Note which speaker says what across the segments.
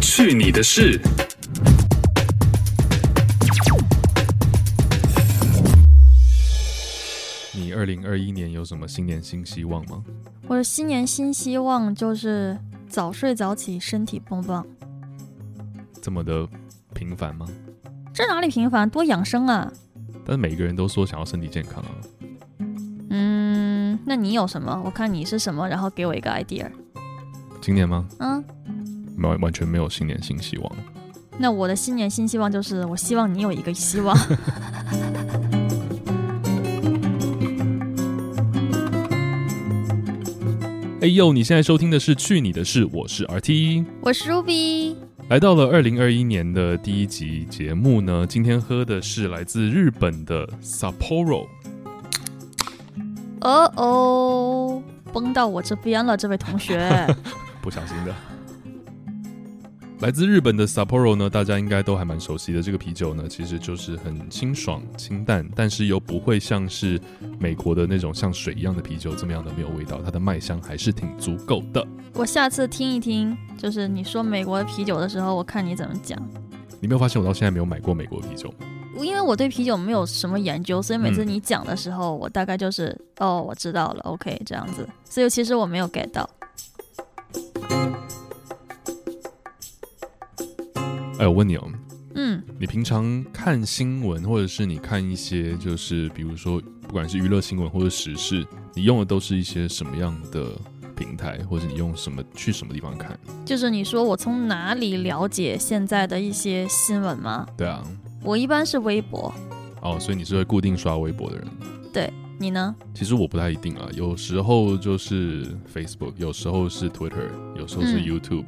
Speaker 1: 去你的事！
Speaker 2: 你二零二一年有什么新年新希望吗？
Speaker 3: 我的新年新希望就是早睡早起，身体棒棒。
Speaker 2: 这么的频繁吗？
Speaker 3: 这哪里平凡，多养生啊！
Speaker 2: 但是每个人都说想要身体健康啊。
Speaker 3: 嗯，那你有什么？我看你是什么，然后给我一个 idea。
Speaker 2: 今年吗？
Speaker 3: 嗯，
Speaker 2: 没有完全没有新年新希望。
Speaker 3: 那我的新年新希望就是，我希望你有一个希望。
Speaker 2: 哎呦，你现在收听的是《去你的事》，我是 RT。
Speaker 3: 我是 Ruby，
Speaker 2: 来到了二零二一年的第一集节目呢，今天喝的是来自日本的 Sapporo。
Speaker 3: 哦哦，崩到我这边了，这位同学。
Speaker 2: 不小心的。来自日本的 Sapporo 呢，大家应该都还蛮熟悉的。这个啤酒呢，其实就是很清爽、清淡，但是又不会像是美国的那种像水一样的啤酒这么样的没有味道。它的麦香还是挺足够的。
Speaker 3: 我下次听一听，就是你说美国啤酒的时候，我看你怎么讲。
Speaker 2: 你没有发现我到现在没有买过美国啤酒？
Speaker 3: 因为我对啤酒没有什么研究，所以每次
Speaker 2: 嗯
Speaker 3: 你讲的时候，我大概就是哦，我知道了，OK，这样子。所以其实我没有 get 到。
Speaker 2: 哎，我问你哦，
Speaker 3: 嗯，
Speaker 2: 你平常看新闻，或者是你看一些就是比如说不管是娱乐新闻或者时事，你用的都是一些什么样的平台，或者你用什么去什么地方看？
Speaker 3: 就是你说我从哪里了解现在的一些新闻吗？
Speaker 2: 对啊，
Speaker 3: 我一般是微博，
Speaker 2: 哦，所以你是会固定刷微博的人。
Speaker 3: 你呢？
Speaker 2: 其实我不太一定啊，有时候就是 Facebook，有时候是 Twitter，有时候是
Speaker 3: 嗯
Speaker 2: YouTube，、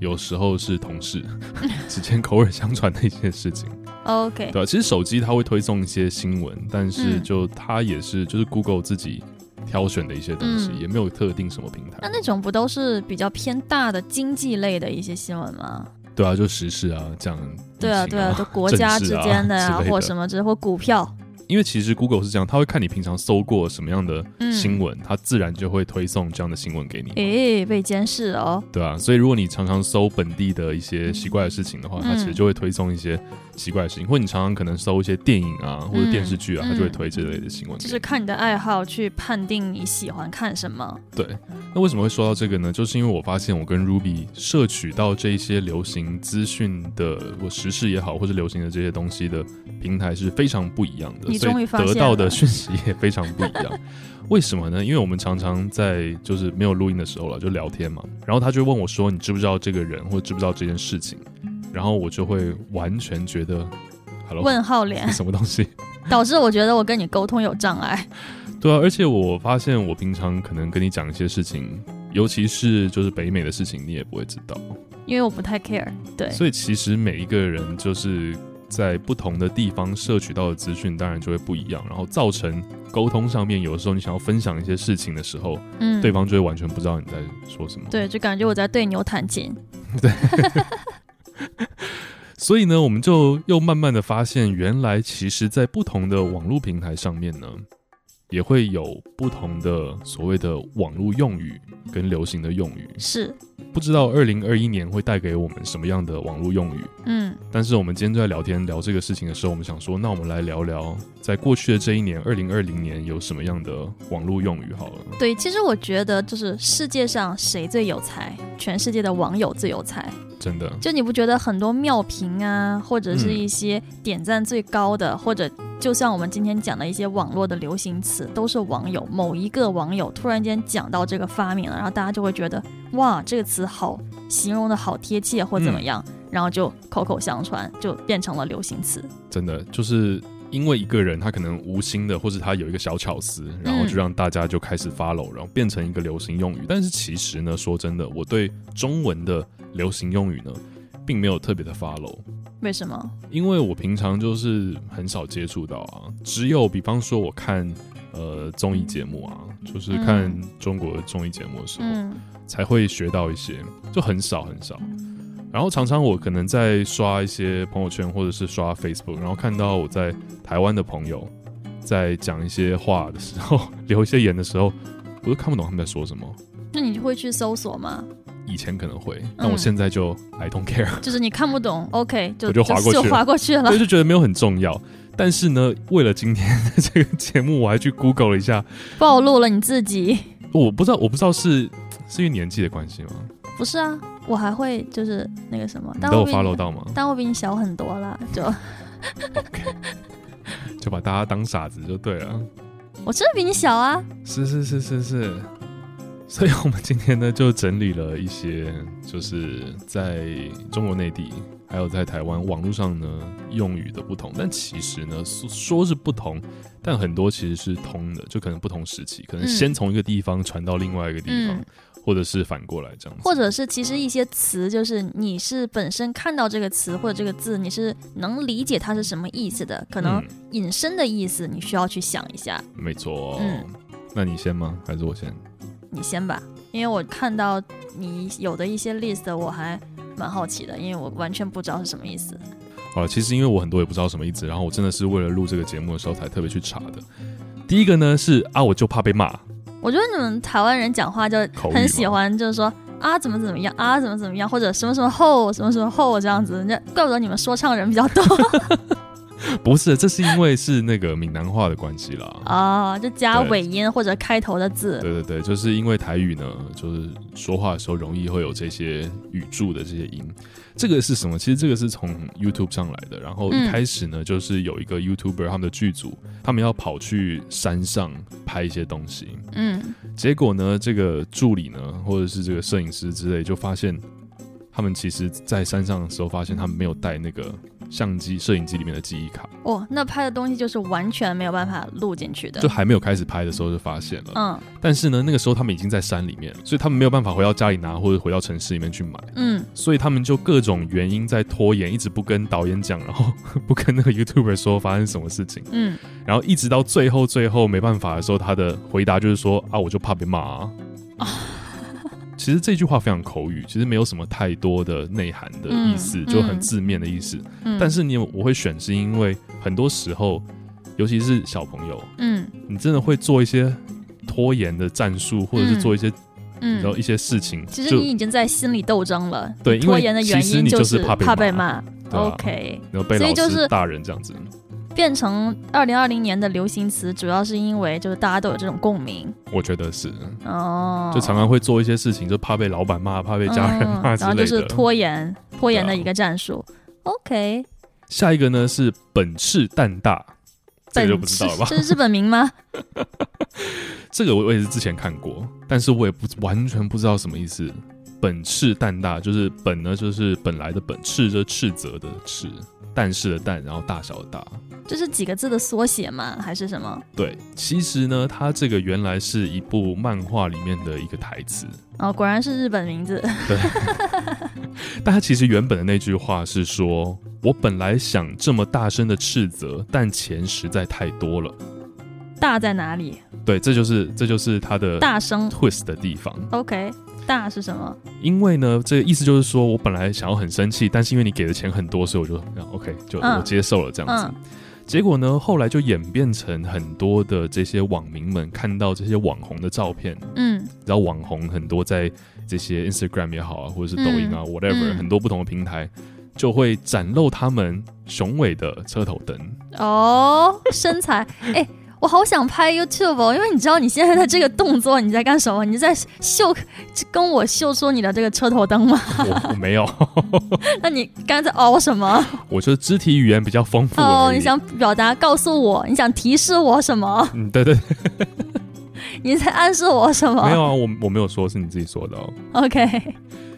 Speaker 2: 有时候是同事 之间口耳相传的一些事情，
Speaker 3: OK，
Speaker 2: 对啊，其实手机它会推送一些新闻，但是
Speaker 3: 嗯
Speaker 2: 就它也是就是 Google 自己挑选的一些东西，
Speaker 3: 嗯
Speaker 2: 也没有特定什么平台
Speaker 3: 那。那种不都是比较偏大的经济类的一些新闻吗？
Speaker 2: 对啊，就时事啊，这样、
Speaker 3: 对啊，
Speaker 2: 疫情
Speaker 3: 对啊，就国家
Speaker 2: 政
Speaker 3: 之
Speaker 2: 治啊
Speaker 3: 间的
Speaker 2: 之类的
Speaker 3: 或什么之或股票，
Speaker 2: 因为其实 Google 是这样，它会看你平常搜过什么样的
Speaker 3: 嗯，
Speaker 2: 新闻，它自然就会推送这样的新闻给你。
Speaker 3: 诶，被监视哦，
Speaker 2: 对啊，所以如果你常常搜本地的一些奇怪的事情的话，它
Speaker 3: 嗯
Speaker 2: 其实就会推送一些奇怪的事情，或者你常常可能搜一些电影啊或者电视剧啊，
Speaker 3: 嗯
Speaker 2: 它就会推这类的新闻给你。
Speaker 3: 就是看你的爱好去判定你喜欢看什么。
Speaker 2: 对，那为什么会说到这个呢？就是因为我发现我跟 Ruby 摄取到这一些流行资讯的，我时事也好，或是流行的这些东西的平台是非常不一样的，
Speaker 3: 你
Speaker 2: 所
Speaker 3: 终
Speaker 2: 以
Speaker 3: 于发现
Speaker 2: 得到的
Speaker 3: 了
Speaker 2: 讯息也非常不一 样。为什么呢？因为我们常常在就是没有录音的时候了，就聊天嘛，然后他就问我说：“你知不知道这个人，或知不知道这件事情？”然后我就会完全觉得，Hello，，
Speaker 3: 问号脸
Speaker 2: 什么东西？
Speaker 3: 导致我觉得我跟你沟通有障碍。
Speaker 2: 对啊，而且我发现我平常可能跟你讲一些事情，尤其是就是北美的事情，你也不会知道。
Speaker 3: 因为我不太 care，对，
Speaker 2: 所以其实每一个人就是在不同的地方摄取到的资讯，当然就会不一样，然后造成沟通上面，有的时候你想要分享一些事情的时候，
Speaker 3: 嗯，
Speaker 2: 对方就会完全不知道你在说什么。
Speaker 3: 对，就感觉我在对牛弹琴。
Speaker 2: 所以呢，我们就又慢慢的发现，原来其实在不同的网络平台上面呢，也会有不同的所谓的网络用语跟流行的用语。
Speaker 3: 是，
Speaker 2: 不知道二零二一年会带给我们什么样的网络用语，
Speaker 3: 嗯，
Speaker 2: 但是我们今天就在聊天聊这个事情的时候，我们想说，那我们来聊聊，在过去的这一年，二零二零年有什么样的网络用语好了。
Speaker 3: 对。其实我觉得，就是世界上谁最有才，全世界的网友最有才。
Speaker 2: 真的，
Speaker 3: 就你不觉得很多妙评啊，或者是
Speaker 2: 嗯
Speaker 3: 一些点赞最高的，或者就像我们今天讲的一些网络的流行词，都是网友某一个网友突然间讲到这个发明了，然后大家就会觉得哇，这个词好形容的好贴切，或
Speaker 2: 嗯
Speaker 3: 怎么样，然后就口口相传，就变成了流行词。
Speaker 2: 真的，就是因为一个人他可能无心的，或者他有一个小巧思，然后就让大家就开始 follow，然后变成一个流行用语。但是其实呢，说真的，我对中文的流行用语呢，并没有特别的 follow。
Speaker 3: 为什么？
Speaker 2: 因为我平常就是很少接触到啊，只有比方说我看呃综艺节目啊，就是看
Speaker 3: 嗯
Speaker 2: 中国的综艺节目的时候，
Speaker 3: 嗯
Speaker 2: 才会学到一些，就很少很少。然后常常我可能在刷一些朋友圈或者是刷 Facebook，然后看到我在台湾的朋友在讲一些话的 时候，留一些言的时候，我都看不懂他们在说什么。
Speaker 3: 那你会去搜索吗？
Speaker 2: 以前可能会，但我现在就 I don't care，
Speaker 3: 就是你看不懂，OK，就
Speaker 2: 我就划过去了
Speaker 3: 就划过去了
Speaker 2: 所以。就觉得没有很重要。但是呢，为了今天的这个节目，我还去 Google 了一下，
Speaker 3: 暴露了你自己。
Speaker 2: 我不知道，我不知道是是因为年纪的关系吗？
Speaker 3: 不是啊，我还会就是那个什么，
Speaker 2: 你
Speaker 3: 但
Speaker 2: 都
Speaker 3: 我
Speaker 2: 有
Speaker 3: 比
Speaker 2: follow
Speaker 3: 你，
Speaker 2: 到吗
Speaker 3: 但我比你小很多啦。就
Speaker 2: ？OK，就把大家当傻子就对了。
Speaker 3: 我真的比你小啊，
Speaker 2: 是是是是是，所以我们今天呢就整理了一些，就是在中国内地还有在台湾网络上呢用语的不同，但其实呢说说是不同，但很多其实是通的，就可能不同时期，可能
Speaker 3: 嗯
Speaker 2: 先从一个地方传到另外一个地方，
Speaker 3: 嗯，
Speaker 2: 或者是反过来这样子。
Speaker 3: 或者是其实一些词，就是你是本身看到这个词或者这个字，你是能理解它是什么意思的，可能
Speaker 2: 嗯、
Speaker 3: 引申的意思，你需要去想一下。
Speaker 2: 没错。哦
Speaker 3: 嗯
Speaker 2: 那你先吗？还是我先？
Speaker 3: 你先吧，因为我看到你有的一些 list，我还蛮好奇的，因为我完全不知道是什么意思。
Speaker 2: 好了，其实因为我很多也不知道什么意思，然后我真的是为了录这个节目的时候才特别去查的。第一个呢是啊，我就怕被骂。
Speaker 3: 我觉得你们台湾人讲话就
Speaker 2: 口语嘛
Speaker 3: 很喜欢，就是说啊怎么怎么样啊怎么怎么样，或者什么什么后什么什么后这样子，人家怪不得你们说唱人比较多
Speaker 2: 不是，这是因为是那个闽南话的关系啦。
Speaker 3: 啊，就加
Speaker 2: 对
Speaker 3: 尾音或者开头的字。
Speaker 2: 对对对，就是因为台语呢，就是说话的时候容易会有这些语助的这些音。这个是什么？其实这个是从 YouTube 上来的。然后一
Speaker 3: 嗯
Speaker 2: 开始呢，就是有一个 YouTuber 他们的剧组，他们要跑去山上拍一些东西。
Speaker 3: 嗯，
Speaker 2: 结果呢，这个助理呢，或者是这个摄影师之类，就发现他们其实在山上的时候，发现他们没有带那个相机、摄影机里面的记忆卡，
Speaker 3: 哦，那拍的东西就是完全没有办法录进去的
Speaker 2: 就。还没有开始拍的时候就发现了。
Speaker 3: 啊嗯
Speaker 2: 但是呢，那个时候他们已经在山里面，所以他们没有办法回到家里拿，或者回到城市里面去买，
Speaker 3: 嗯，
Speaker 2: 所以他们就各种原因在拖延，一直不跟导演讲，然后 不跟那个 YouTuber 说发生什么事情，
Speaker 3: 嗯，
Speaker 2: 然后一直到最后最后没办法的时候，他的回答就是说啊，我就怕被骂啊。其实这句话非常口语，其实没有什么太多的内涵的意思，
Speaker 3: 嗯
Speaker 2: 就很
Speaker 3: 嗯
Speaker 2: 字面的意思。
Speaker 3: 嗯
Speaker 2: 但是你我会选，是因为很多时候，尤其是小朋友，
Speaker 3: 嗯
Speaker 2: 你真的会做一些拖延的战术，或者是做一些、然后
Speaker 3: 嗯，
Speaker 2: 一些事情，
Speaker 3: 其实
Speaker 2: 就
Speaker 3: 你已经在心理斗争了。
Speaker 2: 对因为
Speaker 3: 拖延的原
Speaker 2: 其实
Speaker 3: 因
Speaker 2: 你就是是怕被
Speaker 3: 怕被
Speaker 2: 骂
Speaker 3: 骂。
Speaker 2: 对啊
Speaker 3: OK，
Speaker 2: 然后被
Speaker 3: 所
Speaker 2: 老
Speaker 3: 以就
Speaker 2: 师、
Speaker 3: 是
Speaker 2: 大人这样子。
Speaker 3: 变成二零二零年的流行词，主要是因为就是大家都有这种共鸣。
Speaker 2: 我觉得是，
Speaker 3: 哦，
Speaker 2: 就常常会做一些事情，就怕被老板骂，怕被家人
Speaker 3: 嗯
Speaker 2: 骂之
Speaker 3: 然后
Speaker 2: 类
Speaker 3: 就是
Speaker 2: 的。
Speaker 3: 拖延，拖延
Speaker 2: 对
Speaker 3: 的
Speaker 2: 啊
Speaker 3: 一个战术。OK，
Speaker 2: 下一个呢是本赤蛋大，这个就
Speaker 3: 本
Speaker 2: 不知
Speaker 3: 是
Speaker 2: 道了吧？
Speaker 3: 这是日本名吗？
Speaker 2: 这个我我也是之前看过，但是我也不完全不知道什么意思。本赤蛋大就是本呢，就是本来的本，赤就是斥责的斥，但是的蛋，然后大小的大。
Speaker 3: 这是几个字的缩写吗？还是什么？
Speaker 2: 对，其实呢，它这个原来是一部漫画里面的一个台词，
Speaker 3: 哦，果然是日本名字。
Speaker 2: 但它其实原本的那句话是说：“我本来想这么大声的斥责，但钱实在太多了。
Speaker 3: 大在哪里？”
Speaker 2: 对，这就是这就是它的
Speaker 3: 大声。
Speaker 2: twist 的地方，
Speaker 3: OK，大是什么？
Speaker 2: 因为呢，这个意思就是说我本来想要很生气，但是因为你给的钱很多，所以我就啊 OK，就
Speaker 3: 嗯
Speaker 2: 我接受了这样子。
Speaker 3: 嗯
Speaker 2: 结果呢，后来就演变成很多的这些网民们看到这些网红的照片，
Speaker 3: 嗯
Speaker 2: 然后网红很多在这些 Instagram 也好啊，或者是抖音啊、whatever，、
Speaker 3: 嗯
Speaker 2: 很多不同的平台，就会展露他们雄伟的车头 灯。
Speaker 3: 哦， 身材，哎。我好想拍 YouTube 哦，因为你知道你现在的这个动作你在干什么？你在秀，跟我秀出你的这个车头灯吗？
Speaker 2: 我我没有，
Speaker 3: 那你刚才在哦什么？
Speaker 2: 我就是肢体语言比较丰富而已。
Speaker 3: 哦，你想表达告诉我，你想提示我什么？
Speaker 2: 嗯，对对，
Speaker 3: 你在暗示我什么？
Speaker 2: 没有啊，我我没有说，是你自己说的哦。
Speaker 3: OK，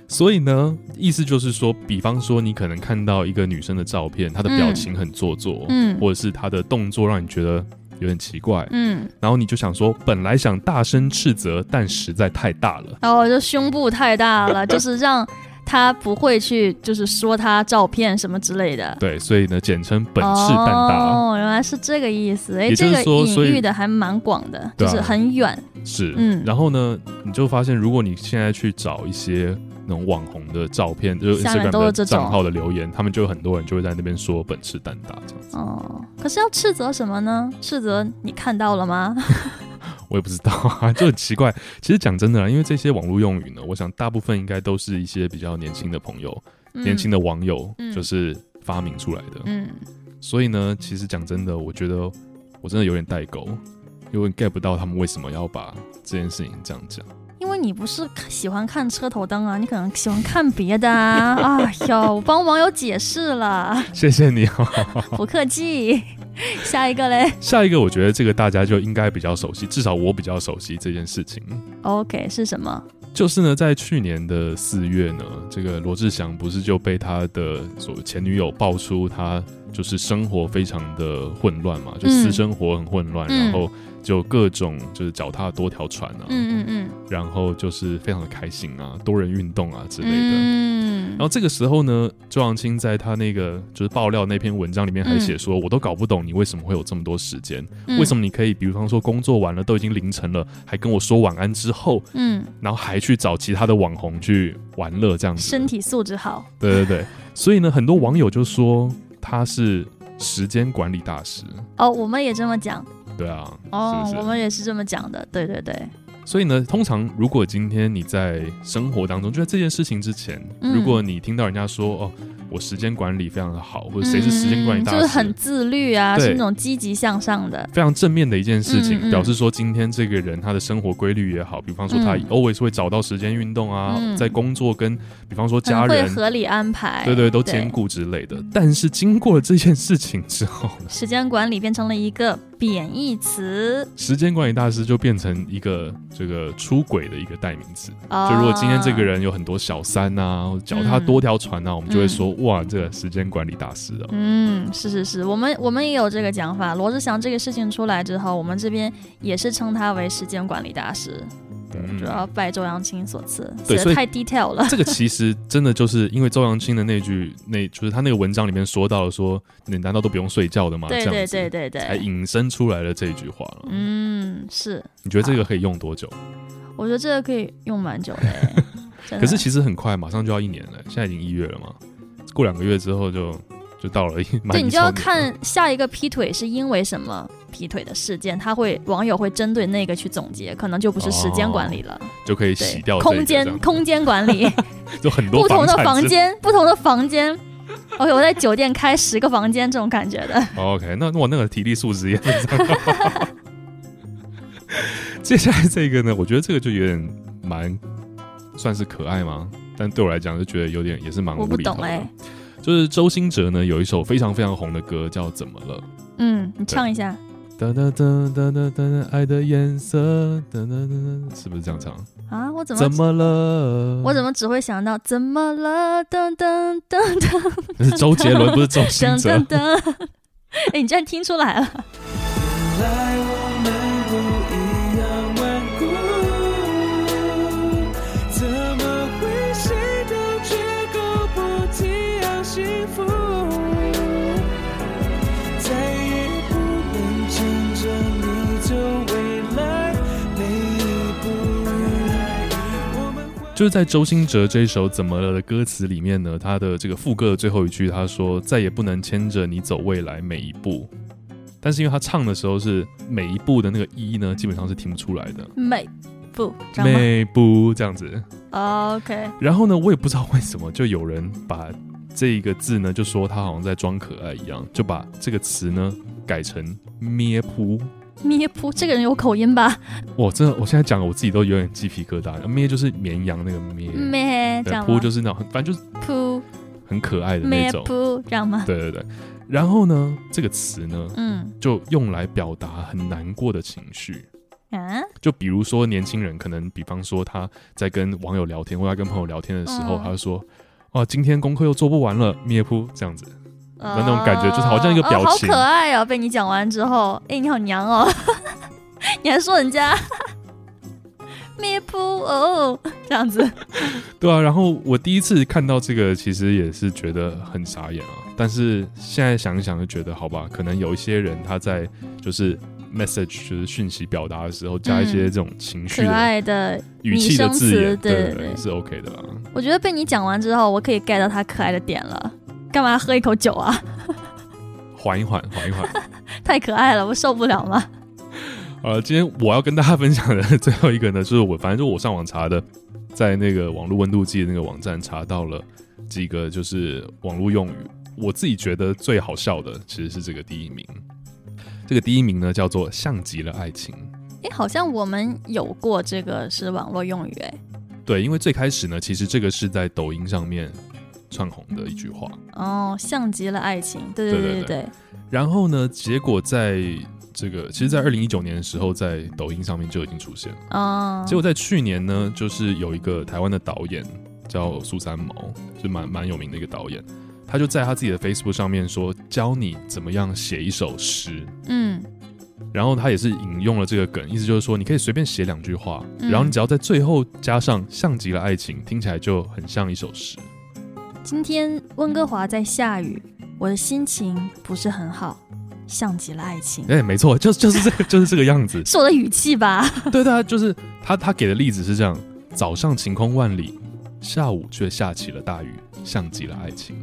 Speaker 2: 所以呢，意思就是说，比方说你可能看到一个女生的照片，她的表
Speaker 3: 嗯
Speaker 2: 情很做作，
Speaker 3: 嗯
Speaker 2: 或者是她的动作让你觉得有点奇怪，
Speaker 3: 嗯，
Speaker 2: 然后你就想说，本来想大声斥责，但实在太大了。
Speaker 3: 然后就胸部太大了，就是让他不会去，就是说他照片什么之类的。
Speaker 2: 对，所以呢，简称本赤蛋大，啊
Speaker 3: 哦，原来是这个意思。哎，
Speaker 2: 也就
Speaker 3: 这
Speaker 2: 是
Speaker 3: 个
Speaker 2: 说所
Speaker 3: 隐
Speaker 2: 以
Speaker 3: 喻的还蛮广的，
Speaker 2: 对
Speaker 3: 就
Speaker 2: 啊
Speaker 3: 是很远。
Speaker 2: 是，
Speaker 3: 嗯
Speaker 2: 然后呢，你就发现，如果你现在去找一些那种网红的照片，就是
Speaker 3: 下面都
Speaker 2: Instagram
Speaker 3: 有这
Speaker 2: 的
Speaker 3: 种
Speaker 2: 账号的留言，他们就有很多人就会在那边说本赤蛋大这样子。
Speaker 3: 哦，可是要斥责什么呢？斥责你看到了吗？
Speaker 2: 我也不知道啊， 就很奇怪。其实讲真的啦，因为这些网络用语呢，我想大部分应该都是一些比较年轻的朋友、年轻
Speaker 3: 的，
Speaker 2: 的网友
Speaker 3: 嗯
Speaker 2: 就是发明出来的。
Speaker 3: 嗯，
Speaker 2: 所以呢，其实讲真的，我觉得我真的有点代沟，因为 get 不到他们为什么要把这件事情这样讲。
Speaker 3: 因为你不是喜欢看车头灯啊，你可能喜欢看别的啊。 哎呦，我帮网友解释了，
Speaker 2: 谢谢你哦。
Speaker 3: 不客气。 下一个嘞
Speaker 2: 下一个，我觉得这个大家就应该比较熟悉，至少我比较熟悉这件事情。
Speaker 3: ，OK 是什么？
Speaker 2: 就是呢，在去年的四月呢，这个罗志祥不是就被他的所前女友爆出他就是生活非常的混乱嘛，就私生活很混乱，
Speaker 3: 嗯
Speaker 2: 然后就各种就是脚踏多条船啊，
Speaker 3: 嗯嗯嗯，
Speaker 2: 然后就是非常的开心啊，多人运动啊之类的。
Speaker 3: 嗯
Speaker 2: 然后这个时候呢，周扬青在他那个就是爆料那篇文章里面
Speaker 3: 嗯
Speaker 2: 还写说，我都搞不懂你为什么会有这么多时间，哦为什
Speaker 3: 么？
Speaker 2: 么你可以，比方说工作完了都已经凌晨了，还跟我说晚安之后，
Speaker 3: 嗯，
Speaker 2: 然后还去找其他的网红去玩乐这样子。
Speaker 3: 身体素质好，
Speaker 2: 对对对，所以呢，很多网友就说他是时间管理大师。
Speaker 3: 哦，我们也这么讲
Speaker 2: 对啊，
Speaker 3: 哦，
Speaker 2: 是不
Speaker 3: 我
Speaker 2: 是？
Speaker 3: 们也是这么讲的，对对对，
Speaker 2: 所以呢，通常如果今天你在生活当中，就在这件事情之前，
Speaker 3: 嗯
Speaker 2: 如果你听到人家说哦，我时间管理非常的好，或者谁是时间管理大
Speaker 3: 嗯
Speaker 2: 师，
Speaker 3: 就是很自律啊，
Speaker 2: 对
Speaker 3: 是那种积极向上的，
Speaker 2: 非常正面的一件事情，
Speaker 3: 嗯嗯嗯
Speaker 2: 表示说今天这个人他的生活规律也好，比方说他
Speaker 3: 嗯
Speaker 2: always 会找到时间运动啊，
Speaker 3: 嗯
Speaker 2: 在工作跟比方说家
Speaker 3: 很会
Speaker 2: 人，
Speaker 3: 合理安排，
Speaker 2: 对对，都兼顾之类
Speaker 3: 嗯
Speaker 2: 的。但是经过了这件事情之后，
Speaker 3: 时间管理变成了一个贬义词。
Speaker 2: 时间管理大师就变成一个这个出轨的一个代名词。
Speaker 3: 就
Speaker 2: 就如果今天这个，人有很多小三啊，脚踏多条船啊，我们就会说哇，这个时间管理大师哦。
Speaker 3: 嗯，是是是，我们我们也有这个讲法。罗志祥这个事情出来之后，我们这边也是称他为时间管理大师，
Speaker 2: 嗯
Speaker 3: 主要 拜周扬青所赐，
Speaker 2: 对
Speaker 3: 写
Speaker 2: 所以
Speaker 3: 的
Speaker 2: 啊
Speaker 3: 太 detail 了。
Speaker 2: 这个其实真的就是因为周扬青的那句，那就是他那个文章里面说到了说，你难道都不用睡觉的吗？
Speaker 3: 对
Speaker 2: 这
Speaker 3: 对
Speaker 2: 样子
Speaker 3: 对对
Speaker 2: 才
Speaker 3: 对，
Speaker 2: 引申出来了这句话了。
Speaker 3: 嗯，是，
Speaker 2: 你觉得这个可以用多久？
Speaker 3: 我觉得这个可以用蛮久的 欸。真的
Speaker 2: 可是其实很快，马上就要一年了，现在已经一月了嘛，过两个月之后就就到了一。
Speaker 3: 对
Speaker 2: 对
Speaker 3: 你就要
Speaker 2: 哦
Speaker 3: 看下一个劈腿是因为什么劈腿的事件，他会网友会针对那个去总结，可能就不是时间管理了，
Speaker 2: 就可以哦洗掉
Speaker 3: 对，
Speaker 2: 这个
Speaker 3: 空
Speaker 2: 这
Speaker 3: 间
Speaker 2: 样
Speaker 3: 空间管 理，
Speaker 2: 就很多
Speaker 3: 不同的
Speaker 2: 产
Speaker 3: 房
Speaker 2: 之
Speaker 3: 间，不同的房间。OK，我在酒店开十个房间这种感觉的，
Speaker 2: 哦 OK，那我那个体力素质也很糟糕。 接下来这个呢，我觉得这个就有点蛮算是可爱吗？但对我来讲就觉得有点也 是蛮
Speaker 3: 我
Speaker 2: 无
Speaker 3: 不
Speaker 2: 厘头
Speaker 3: 懂
Speaker 2: 的。
Speaker 3: 哎、
Speaker 2: 就是周兴哲呢有一首非常非常红的歌叫《怎么了
Speaker 3: 嗯，你唱一下，》，
Speaker 2: 哒哒哒哒哒哒哒，爱的颜色，哒哒哒哒，是不是这样唱？
Speaker 3: 啊，我怎么
Speaker 2: 怎么了？
Speaker 3: 我怎么只会想到怎么了？噔噔噔
Speaker 2: 那是 周杰伦，不是周兴
Speaker 3: 噔
Speaker 2: 哲
Speaker 3: 噔。噔， 哎、你居然听出 来了，
Speaker 1: 原来我们不一样顽固，怎么会谁都只够不一样幸福？再也不能牵着你走未来每一步。我们会
Speaker 2: 就是在周兴哲这首《怎么了》的歌词里面呢，他的这个副歌的最后一句，他说：“再也不能牵着你走未来每一步。”但是因为他唱的时候是每一步的那个一呢，基本上是听不出来的，
Speaker 3: 美不？知道吗
Speaker 2: 每步这样子。
Speaker 3: ？OK，
Speaker 2: 然后呢，我也不知道为什么，就有人把这一个字呢，就说他好像在装可爱一样，就把这个词呢改成咩噗。
Speaker 3: 咩噗，这个人有口音吧？
Speaker 2: 我真的，我现在讲我自己都有点鸡皮疙瘩。咩就是绵羊那个咩，
Speaker 3: 咩这
Speaker 2: 对
Speaker 3: 样
Speaker 2: 噗
Speaker 3: 吗？
Speaker 2: 就是那种，反正就是
Speaker 3: 噗
Speaker 2: 很可爱的那
Speaker 3: 咩
Speaker 2: 种。
Speaker 3: 噗这样吗？
Speaker 2: 对对对。然后呢，这个词呢，
Speaker 3: 嗯
Speaker 2: 就用来表达很难过的情绪。
Speaker 3: 啊，
Speaker 2: 就比如说，年轻人可能，比方说他在跟网友聊天，或者他跟朋友聊天的时候，
Speaker 3: 嗯
Speaker 2: 他就说：“哦、今天功课又做不完了，咩噗。”这样子。那种感觉就是好像一个
Speaker 3: 哦
Speaker 2: 表
Speaker 3: 好
Speaker 2: 情
Speaker 3: 可爱哦！被你讲完之后，哎，你好娘哦， 你还说人家 咩噗哦，这样子，
Speaker 2: 对啊，然后我第一次看到这个，其实也是觉得很傻眼啊。但是现在想一想，就觉得好吧，可能有一些人他在就是 message 就是讯息表达的时候，加一些这种情绪
Speaker 3: 嗯可
Speaker 2: 的
Speaker 3: 爱的。
Speaker 2: 语气的字
Speaker 3: 拟声词
Speaker 2: 眼，
Speaker 3: 对
Speaker 2: 对
Speaker 3: 对对
Speaker 2: 是 OK 的啦。啊
Speaker 3: 我觉得被你讲完之后，我可以 get 到他可爱的点了。干嘛喝一口酒啊？
Speaker 2: 缓一缓，缓一缓。
Speaker 3: 太可爱了，我受不了吗？
Speaker 2: 呃，今天我要跟大家分享的最后一个呢，就是我反正就我上网查的，在那个网络温度计的那个网站查到了几个就是网络用语，我自己觉得最好笑的其实是这个第一名。这个第一名呢叫做“像极了爱情”。
Speaker 3: 哎，好像我们有过这个是网络用语哎，
Speaker 2: 对，因为最开始呢，其实这个是在抖音上面窜红的一句话，
Speaker 3: 哦，像极了爱情，对
Speaker 2: 对
Speaker 3: 对
Speaker 2: 对然后呢，结果在这个，其实，在二零一九年的时候，在抖音上面就已经出现了。
Speaker 3: 嗯，
Speaker 2: 结果在去年呢，就是有一个台湾的导演叫苏三毛，就蛮蛮有名的一个导演，他就在他自己的 Facebook 上面说，教你怎么样写一首诗。
Speaker 3: 嗯
Speaker 2: 然后他也是引用了这个梗，意思就是说，你可以随便写两句话，
Speaker 3: 嗯
Speaker 2: 然后你只要在最后加上“像极了爱情”，听起来就很像一首诗。
Speaker 3: 今天温哥华在下雨，我的心情不是很好，像极了爱情，
Speaker 2: 哎、没错， 就就是这个，就是这个样子。
Speaker 3: 是我的语气吧？
Speaker 2: 对对啊，就是他他给的例子是这样：早上晴空万里，下午却下起了大雨，像极了爱情。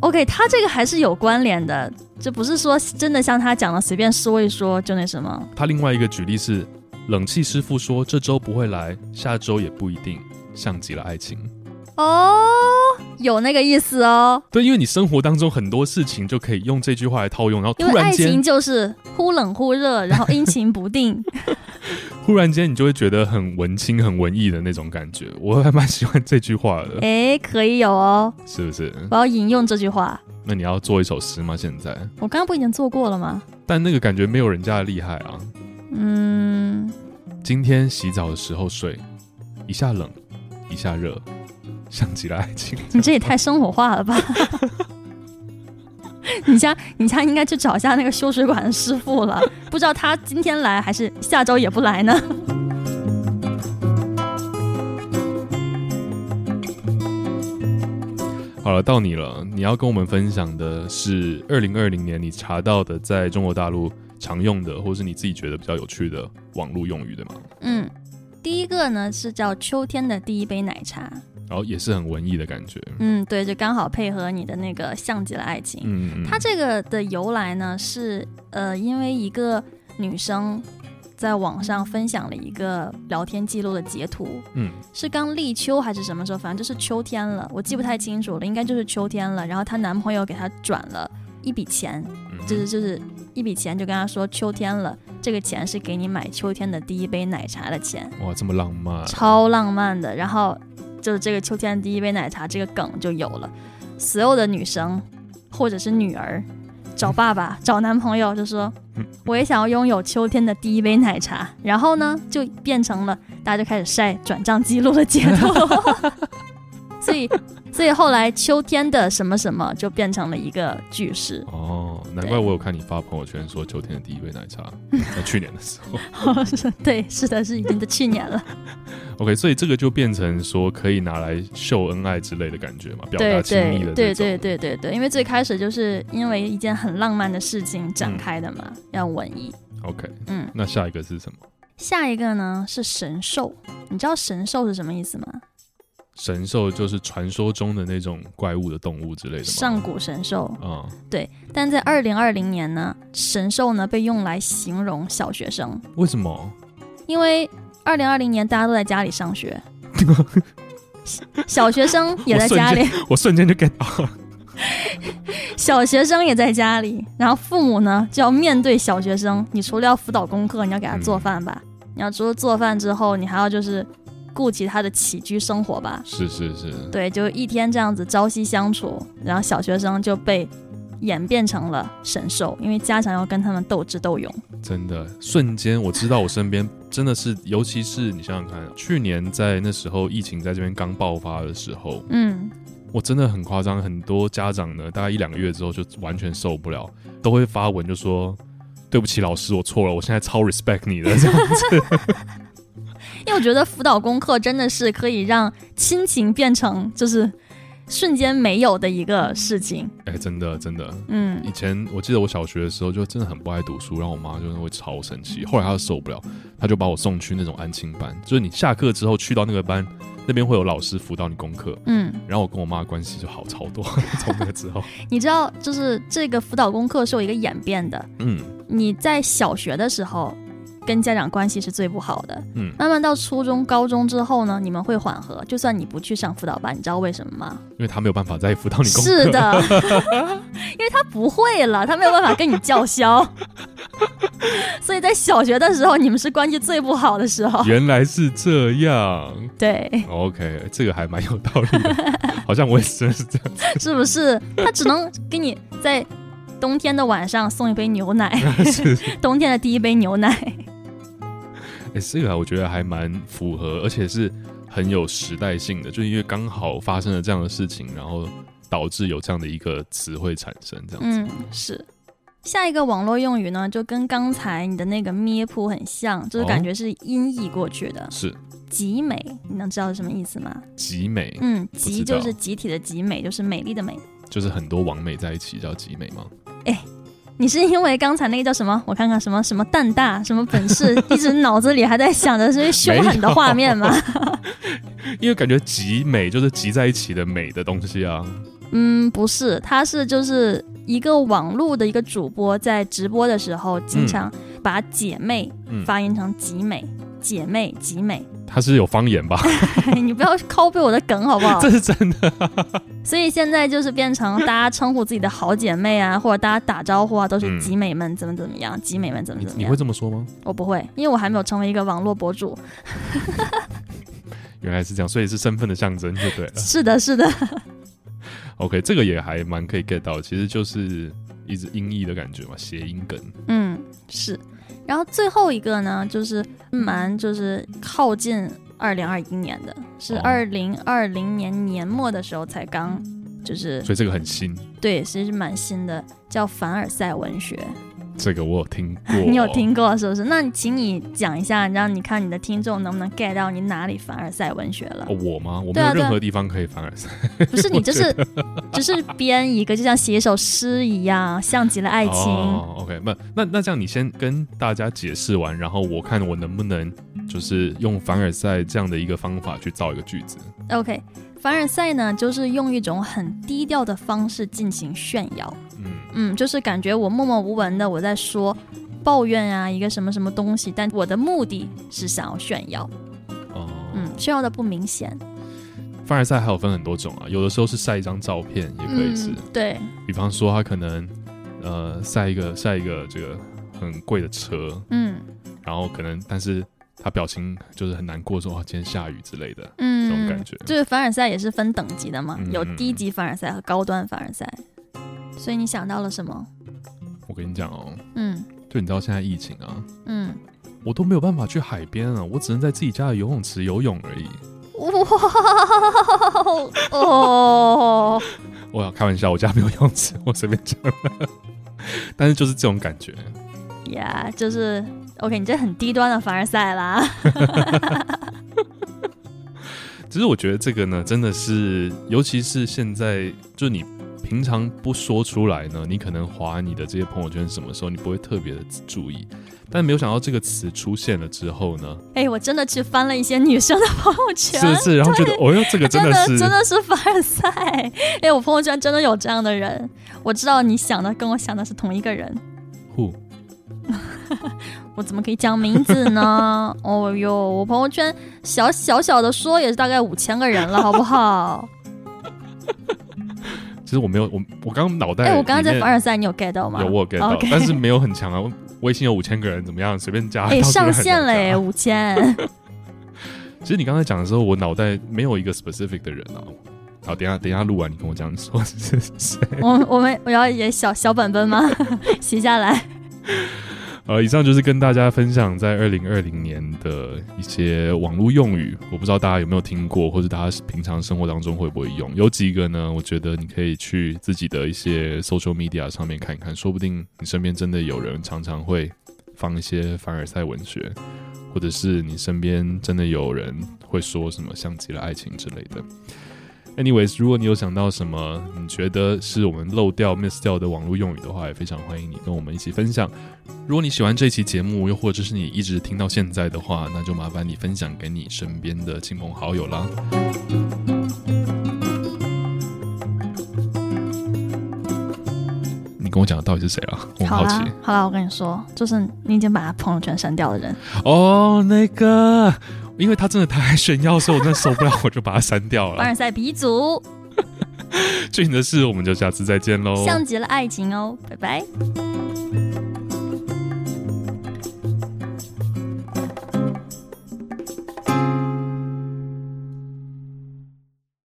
Speaker 3: OK，他这个还是有关联的，这不是说真的像他讲的随便说一说就那什么。
Speaker 2: 他另外一个举例是，冷气师傅说这周不会来，下周也不一定，像极了爱情。
Speaker 3: 哦，有那个意思哦，
Speaker 2: 对，因为你生活当中很多事情就可以用这句话来套用，然后
Speaker 3: 因
Speaker 2: 突
Speaker 3: 为
Speaker 2: 然
Speaker 3: 爱情
Speaker 2: 间，
Speaker 3: 就是忽冷忽热，然后阴晴 不定。
Speaker 2: 忽然间你就会觉得很文青、很文艺的那种感觉。我还蛮喜欢这句话的，
Speaker 3: 哎，可以有哦，
Speaker 2: 是不是？
Speaker 3: 我要引用这句话。
Speaker 2: 那你要做一首诗吗？现在？
Speaker 3: 我刚刚不已经做过了吗？
Speaker 2: 但那个感觉没有人家的厉害啊。
Speaker 3: 嗯，
Speaker 2: 今天洗澡的时候睡，一下冷，一下热，像极了爱情。
Speaker 3: 你这也太生活化 了吧！你家你家应该去找一下那个修水管的师傅了，不知道他今天来还是下周也不来呢？
Speaker 2: 好了，到你了，你要跟我们分享的是二零二零年你查到的在中国大陆常用的，或是你自己觉得比较有趣的网络用语，对吗？
Speaker 3: 嗯，第一个呢是叫秋天的第一杯奶茶，
Speaker 2: 然后也是很文艺的感觉。
Speaker 3: 嗯，对，就刚好配合你的那个像极了爱情。
Speaker 2: 嗯，嗯
Speaker 3: 它这个的由来呢是呃，因为一个女生在网上分享了一个聊天记录的截图，
Speaker 2: 嗯，
Speaker 3: 是刚立秋还是什么时候，反正就是秋天了，我记不太清楚了，应该就是秋天了。然后她男朋友给她转了一笔钱，
Speaker 2: 嗯
Speaker 3: 就是就是一笔钱，就跟她说秋天了，这个钱是给你买秋天的第一杯奶茶的钱。
Speaker 2: 哇，这么浪漫，
Speaker 3: 超浪漫的。然后就是这个秋天的第一杯奶茶这个梗就有了，所有的女生或者是女儿找爸爸、找男朋友就说
Speaker 2: 嗯，
Speaker 3: 我也想要拥有秋天的第一杯奶茶。然后呢，就变成了大家就开始晒转账记录的截图，所以。所以后来秋天的什么什么就变成了一个句式，
Speaker 2: 哦，难怪
Speaker 3: 对
Speaker 2: 我有看你发朋友圈说秋天的第一杯奶茶， 那去年的时候。
Speaker 3: 对，是的，是已经的去年了。
Speaker 2: OK，所以这个就变成说可以拿来秀恩爱之类的感觉嘛，表达
Speaker 3: 对
Speaker 2: 亲密的这种。
Speaker 3: 对对对对对，因为最开始就是因为一件很浪漫的事情
Speaker 2: 嗯
Speaker 3: 展开的嘛，要文艺。
Speaker 2: OK，
Speaker 3: 嗯，
Speaker 2: 那下一个是什么？
Speaker 3: 下一个呢是神兽，你知道神兽是什么意思吗？
Speaker 2: 神兽就是传说中的那种怪物的动物之类的吗？
Speaker 3: 上古神兽。
Speaker 2: 啊、
Speaker 3: 但在二零二零年呢，神兽呢被用来形容小学生，
Speaker 2: 为什么？
Speaker 3: 因为二零二零年大家都在家里 上学，小学生也在家里，
Speaker 2: 我瞬间就 get 到了。
Speaker 3: 小学生也在家里，然后父母呢就要面对小学生，你除了要辅导功课，你要给他做饭吧，你要除了做饭之后，你还要就是顾及他的起居生活吧。
Speaker 2: 是是是，
Speaker 3: 对，就一天这样子朝夕相处，然后小学生就被演变成了神兽，因为家长要跟他们斗智斗勇。
Speaker 2: 真的，瞬间我知道我身边真的是，尤其是你想想看，去年在那时候疫情在这边刚爆发的时候，
Speaker 3: 嗯，
Speaker 2: 我真的很夸张，很多家长呢，大概一两个月之后就完全受不了，都会发文就说。对不起，老师，我错了，我现在超 respect 你的这 样子。
Speaker 3: 因为我觉得辅导功课真的是可以让亲情变成就是瞬间没有的一个事情。
Speaker 2: 哎、真的真的，
Speaker 3: 嗯
Speaker 2: 以前我记得我小学的时候就真的很不爱读书，然后我妈就是会超生气。后来她就受不了，她就把我送去那种安亲班，就是你下课之后去到那个班，那边会有老师辅导你功课。
Speaker 3: 嗯。
Speaker 2: 然后我跟我妈的关系就好超多， 从那个之后，
Speaker 3: 你知道，就是这个辅导功课是有一个演变的。
Speaker 2: 嗯，
Speaker 3: 你在小学的时候，跟家长关系是最不好的。
Speaker 2: 嗯，
Speaker 3: 慢慢到初中、高中之后呢，你们会缓和。就算你不去上辅导班，你知道为什 么吗？
Speaker 2: 因为他没有办法再辅导你功课。
Speaker 3: 是的，因为他不会了，他没有办法跟你叫嚣。所以在小学的时候，你们是关系最不好的时候。
Speaker 2: 原来是这样。
Speaker 3: 对，
Speaker 2: OK，这个还蛮有道理的，好像我也真的是这样。
Speaker 3: 是不是？他只能给你在冬天的晚上送一杯牛奶，
Speaker 2: 是
Speaker 3: 冬天的第一杯牛奶。
Speaker 2: 哎、这个啊我觉得还蛮符合，而且是很有时代性的，就因为刚好发生了这样的事情，然后导致有这样的一个词汇产生，这样子。
Speaker 3: 嗯，是。下一个网络用语呢，就跟刚才你的那个咩噗很像，就是感
Speaker 2: 哦
Speaker 3: 觉是音译过去的。
Speaker 2: 是
Speaker 3: 集美，你能知道是什么意思吗？
Speaker 2: 集美，
Speaker 3: 嗯，
Speaker 2: 知
Speaker 3: 集就
Speaker 2: 道
Speaker 3: 是集体的集，美就是美丽的美。
Speaker 2: 就是很多网美在一起叫集美吗？
Speaker 3: 你是因为刚才那个叫什么？我看看什么什么蛋大什么 本事，一直脑子里还在想着这些凶狠的画面吗？
Speaker 2: 因为感觉集美就是集在一起的美的东西啊。
Speaker 3: 嗯，不是，他是就是一个网络的一个主播在直播的时候，经
Speaker 2: 嗯
Speaker 3: 常把姐妹
Speaker 2: 嗯，
Speaker 3: 发音成集美、姐妹、集美。
Speaker 2: 它是有方言吧？
Speaker 3: 哎你不要 copy 我的梗好不好
Speaker 2: 这？是真的。
Speaker 3: 所以现在就是变成大家称呼自己的好姐妹啊，或者大家打招呼啊，都是
Speaker 2: 嗯
Speaker 3: 集美们怎么怎么样，集美们怎么
Speaker 2: 你
Speaker 3: 怎么
Speaker 2: 你
Speaker 3: 样
Speaker 2: 会。啊这么说吗？
Speaker 3: 我不会，因为我还没有成为一个网络博主。
Speaker 2: 原来是这样，所以是身份的象征就对了。
Speaker 3: 是的，是的，
Speaker 2: OK，这个也还蛮可以 get 到，其实就是一直音译的感觉嘛，谐音梗。
Speaker 3: 嗯，是。然后最后一个呢，就是蛮就是靠近二零二一年的，是
Speaker 2: 哦
Speaker 3: 二零二零年年末的时候才刚，就是
Speaker 2: 所以这个很新，
Speaker 3: 对，其实是蛮新的，叫凡尔赛文学。
Speaker 2: 这个我有听过
Speaker 3: 。你有听过是不是？那你请你讲一下，让你看你的听众能不能 get 到你哪里凡尔赛文学了
Speaker 2: 哦、？我吗？我没
Speaker 3: 对啊
Speaker 2: 有
Speaker 3: 对啊
Speaker 2: 任何地方可以凡尔赛。
Speaker 3: 不是你就是 就是编一个，就像写一首诗一样，像极了爱情。
Speaker 2: 哦、OK，那那那这样，你先跟大家解释完，然后我看我能不能就是用凡尔赛这样的一个方法去造一个句子。
Speaker 3: OK，凡尔赛呢，就是用一种很低调的方式进行炫耀。
Speaker 2: 嗯，
Speaker 3: 嗯，就是感觉我默默无闻的我在说抱怨啊，一个什么什么东西，但我的目的是想要炫耀。
Speaker 2: 哦、
Speaker 3: 嗯，炫耀的不明显。
Speaker 2: 凡尔赛还有分很多种啊，有的时候是晒一张照片，也可以是，
Speaker 3: 嗯，对，
Speaker 2: 比方说他可能呃晒一个晒一个这个很贵的车，
Speaker 3: 嗯
Speaker 2: 然后可能但是他表情就是很难过说，哇今天下雨之类的这
Speaker 3: 嗯，
Speaker 2: 种感觉。
Speaker 3: 就是凡尔赛也是分等级的嘛，
Speaker 2: 嗯
Speaker 3: 有
Speaker 2: 嗯
Speaker 3: 低
Speaker 2: 嗯
Speaker 3: 级凡尔赛和高端凡尔赛。所以你想到了什么？
Speaker 2: 我跟你讲哦，
Speaker 3: 嗯
Speaker 2: 就你知道现在疫情啊，
Speaker 3: 嗯，
Speaker 2: 我都没有办法去海边啊，我只能在自己家的游泳池游泳而已。
Speaker 3: 哇哦，
Speaker 2: 我开玩笑，我家没有游泳池，我随便讲 的。但是就是这种感觉，
Speaker 3: 呀，就是 OK，你这很低端的凡尔赛啊啦。
Speaker 2: 只是我觉得这个呢，真的是，尤其是现在，就你平常不说出来呢，你可能划你的这些朋友圈什么时候，你不会特别的注意。但没有想到这个词出现了之后呢，
Speaker 3: 哎，我真的去翻了一些女生的朋友圈，
Speaker 2: 是不是？然后觉得，哦哟，这个真
Speaker 3: 啊
Speaker 2: 的
Speaker 3: 真的
Speaker 2: 是，
Speaker 3: 真的是凡尔赛。哎，我朋友圈真的有这样的人，我知道你想的跟我想的是同一个人，
Speaker 2: 呼
Speaker 3: 我怎么可以讲名字 呢？哦哟，我朋友圈小小小的说也是大概五千个人了，好 不好？
Speaker 2: 其实我没有，我我刚刚脑袋
Speaker 3: 哎，
Speaker 2: 里面，
Speaker 3: 我刚刚在凡尔赛，你有 get 到吗？
Speaker 2: 有我有 get 到
Speaker 3: OK
Speaker 2: 但是没有很强啊。我微信有五千个人，怎么样？随便加。
Speaker 3: 哎，
Speaker 2: 到处
Speaker 3: 上
Speaker 2: 都很
Speaker 3: 线
Speaker 2: 难
Speaker 3: 了
Speaker 2: 加
Speaker 3: 哎，五千。
Speaker 2: 其实你刚才讲的时候，我脑袋没有一个 specific 的人啊。好，等一下等一下录完，你跟我讲，你说是 谁？
Speaker 3: 我我们我要也小小本本吗？ 写下来。
Speaker 2: 呃，以上就是跟大家分享在二零二零年的一些网络用语，我不知道大家有没有听过，或者大家平常生活当中会不会用。有几个呢，我觉得你可以去自己的一些 social media 上面看一看，说不定你身边真的有人常常会放一些凡尔赛文学，或者是你身边真的有人会说什么像极了爱情之类的。Anyways，如果你有想到什么你觉得是我们漏掉、miss 掉的网络用语的话，也非常欢迎你跟我们一起分享。如果你喜欢这期节目，又或者是你一直听到现在的话，那就麻烦你分享给你身边的亲朋好友啦。你跟我讲的到底是谁啊？我很
Speaker 3: 好
Speaker 2: 好奇
Speaker 3: 啦，好啦，我跟你说，就是你已经把他朋友圈删掉的人，
Speaker 2: 哦。那个，因为他真的太爱炫耀，所以我真的受不了，我就把他删掉
Speaker 3: 凡
Speaker 2: 了。
Speaker 3: 尔赛鼻祖，
Speaker 2: 最近的事，我们就下次再见喽。
Speaker 3: 哦像极了爱情哦，拜拜。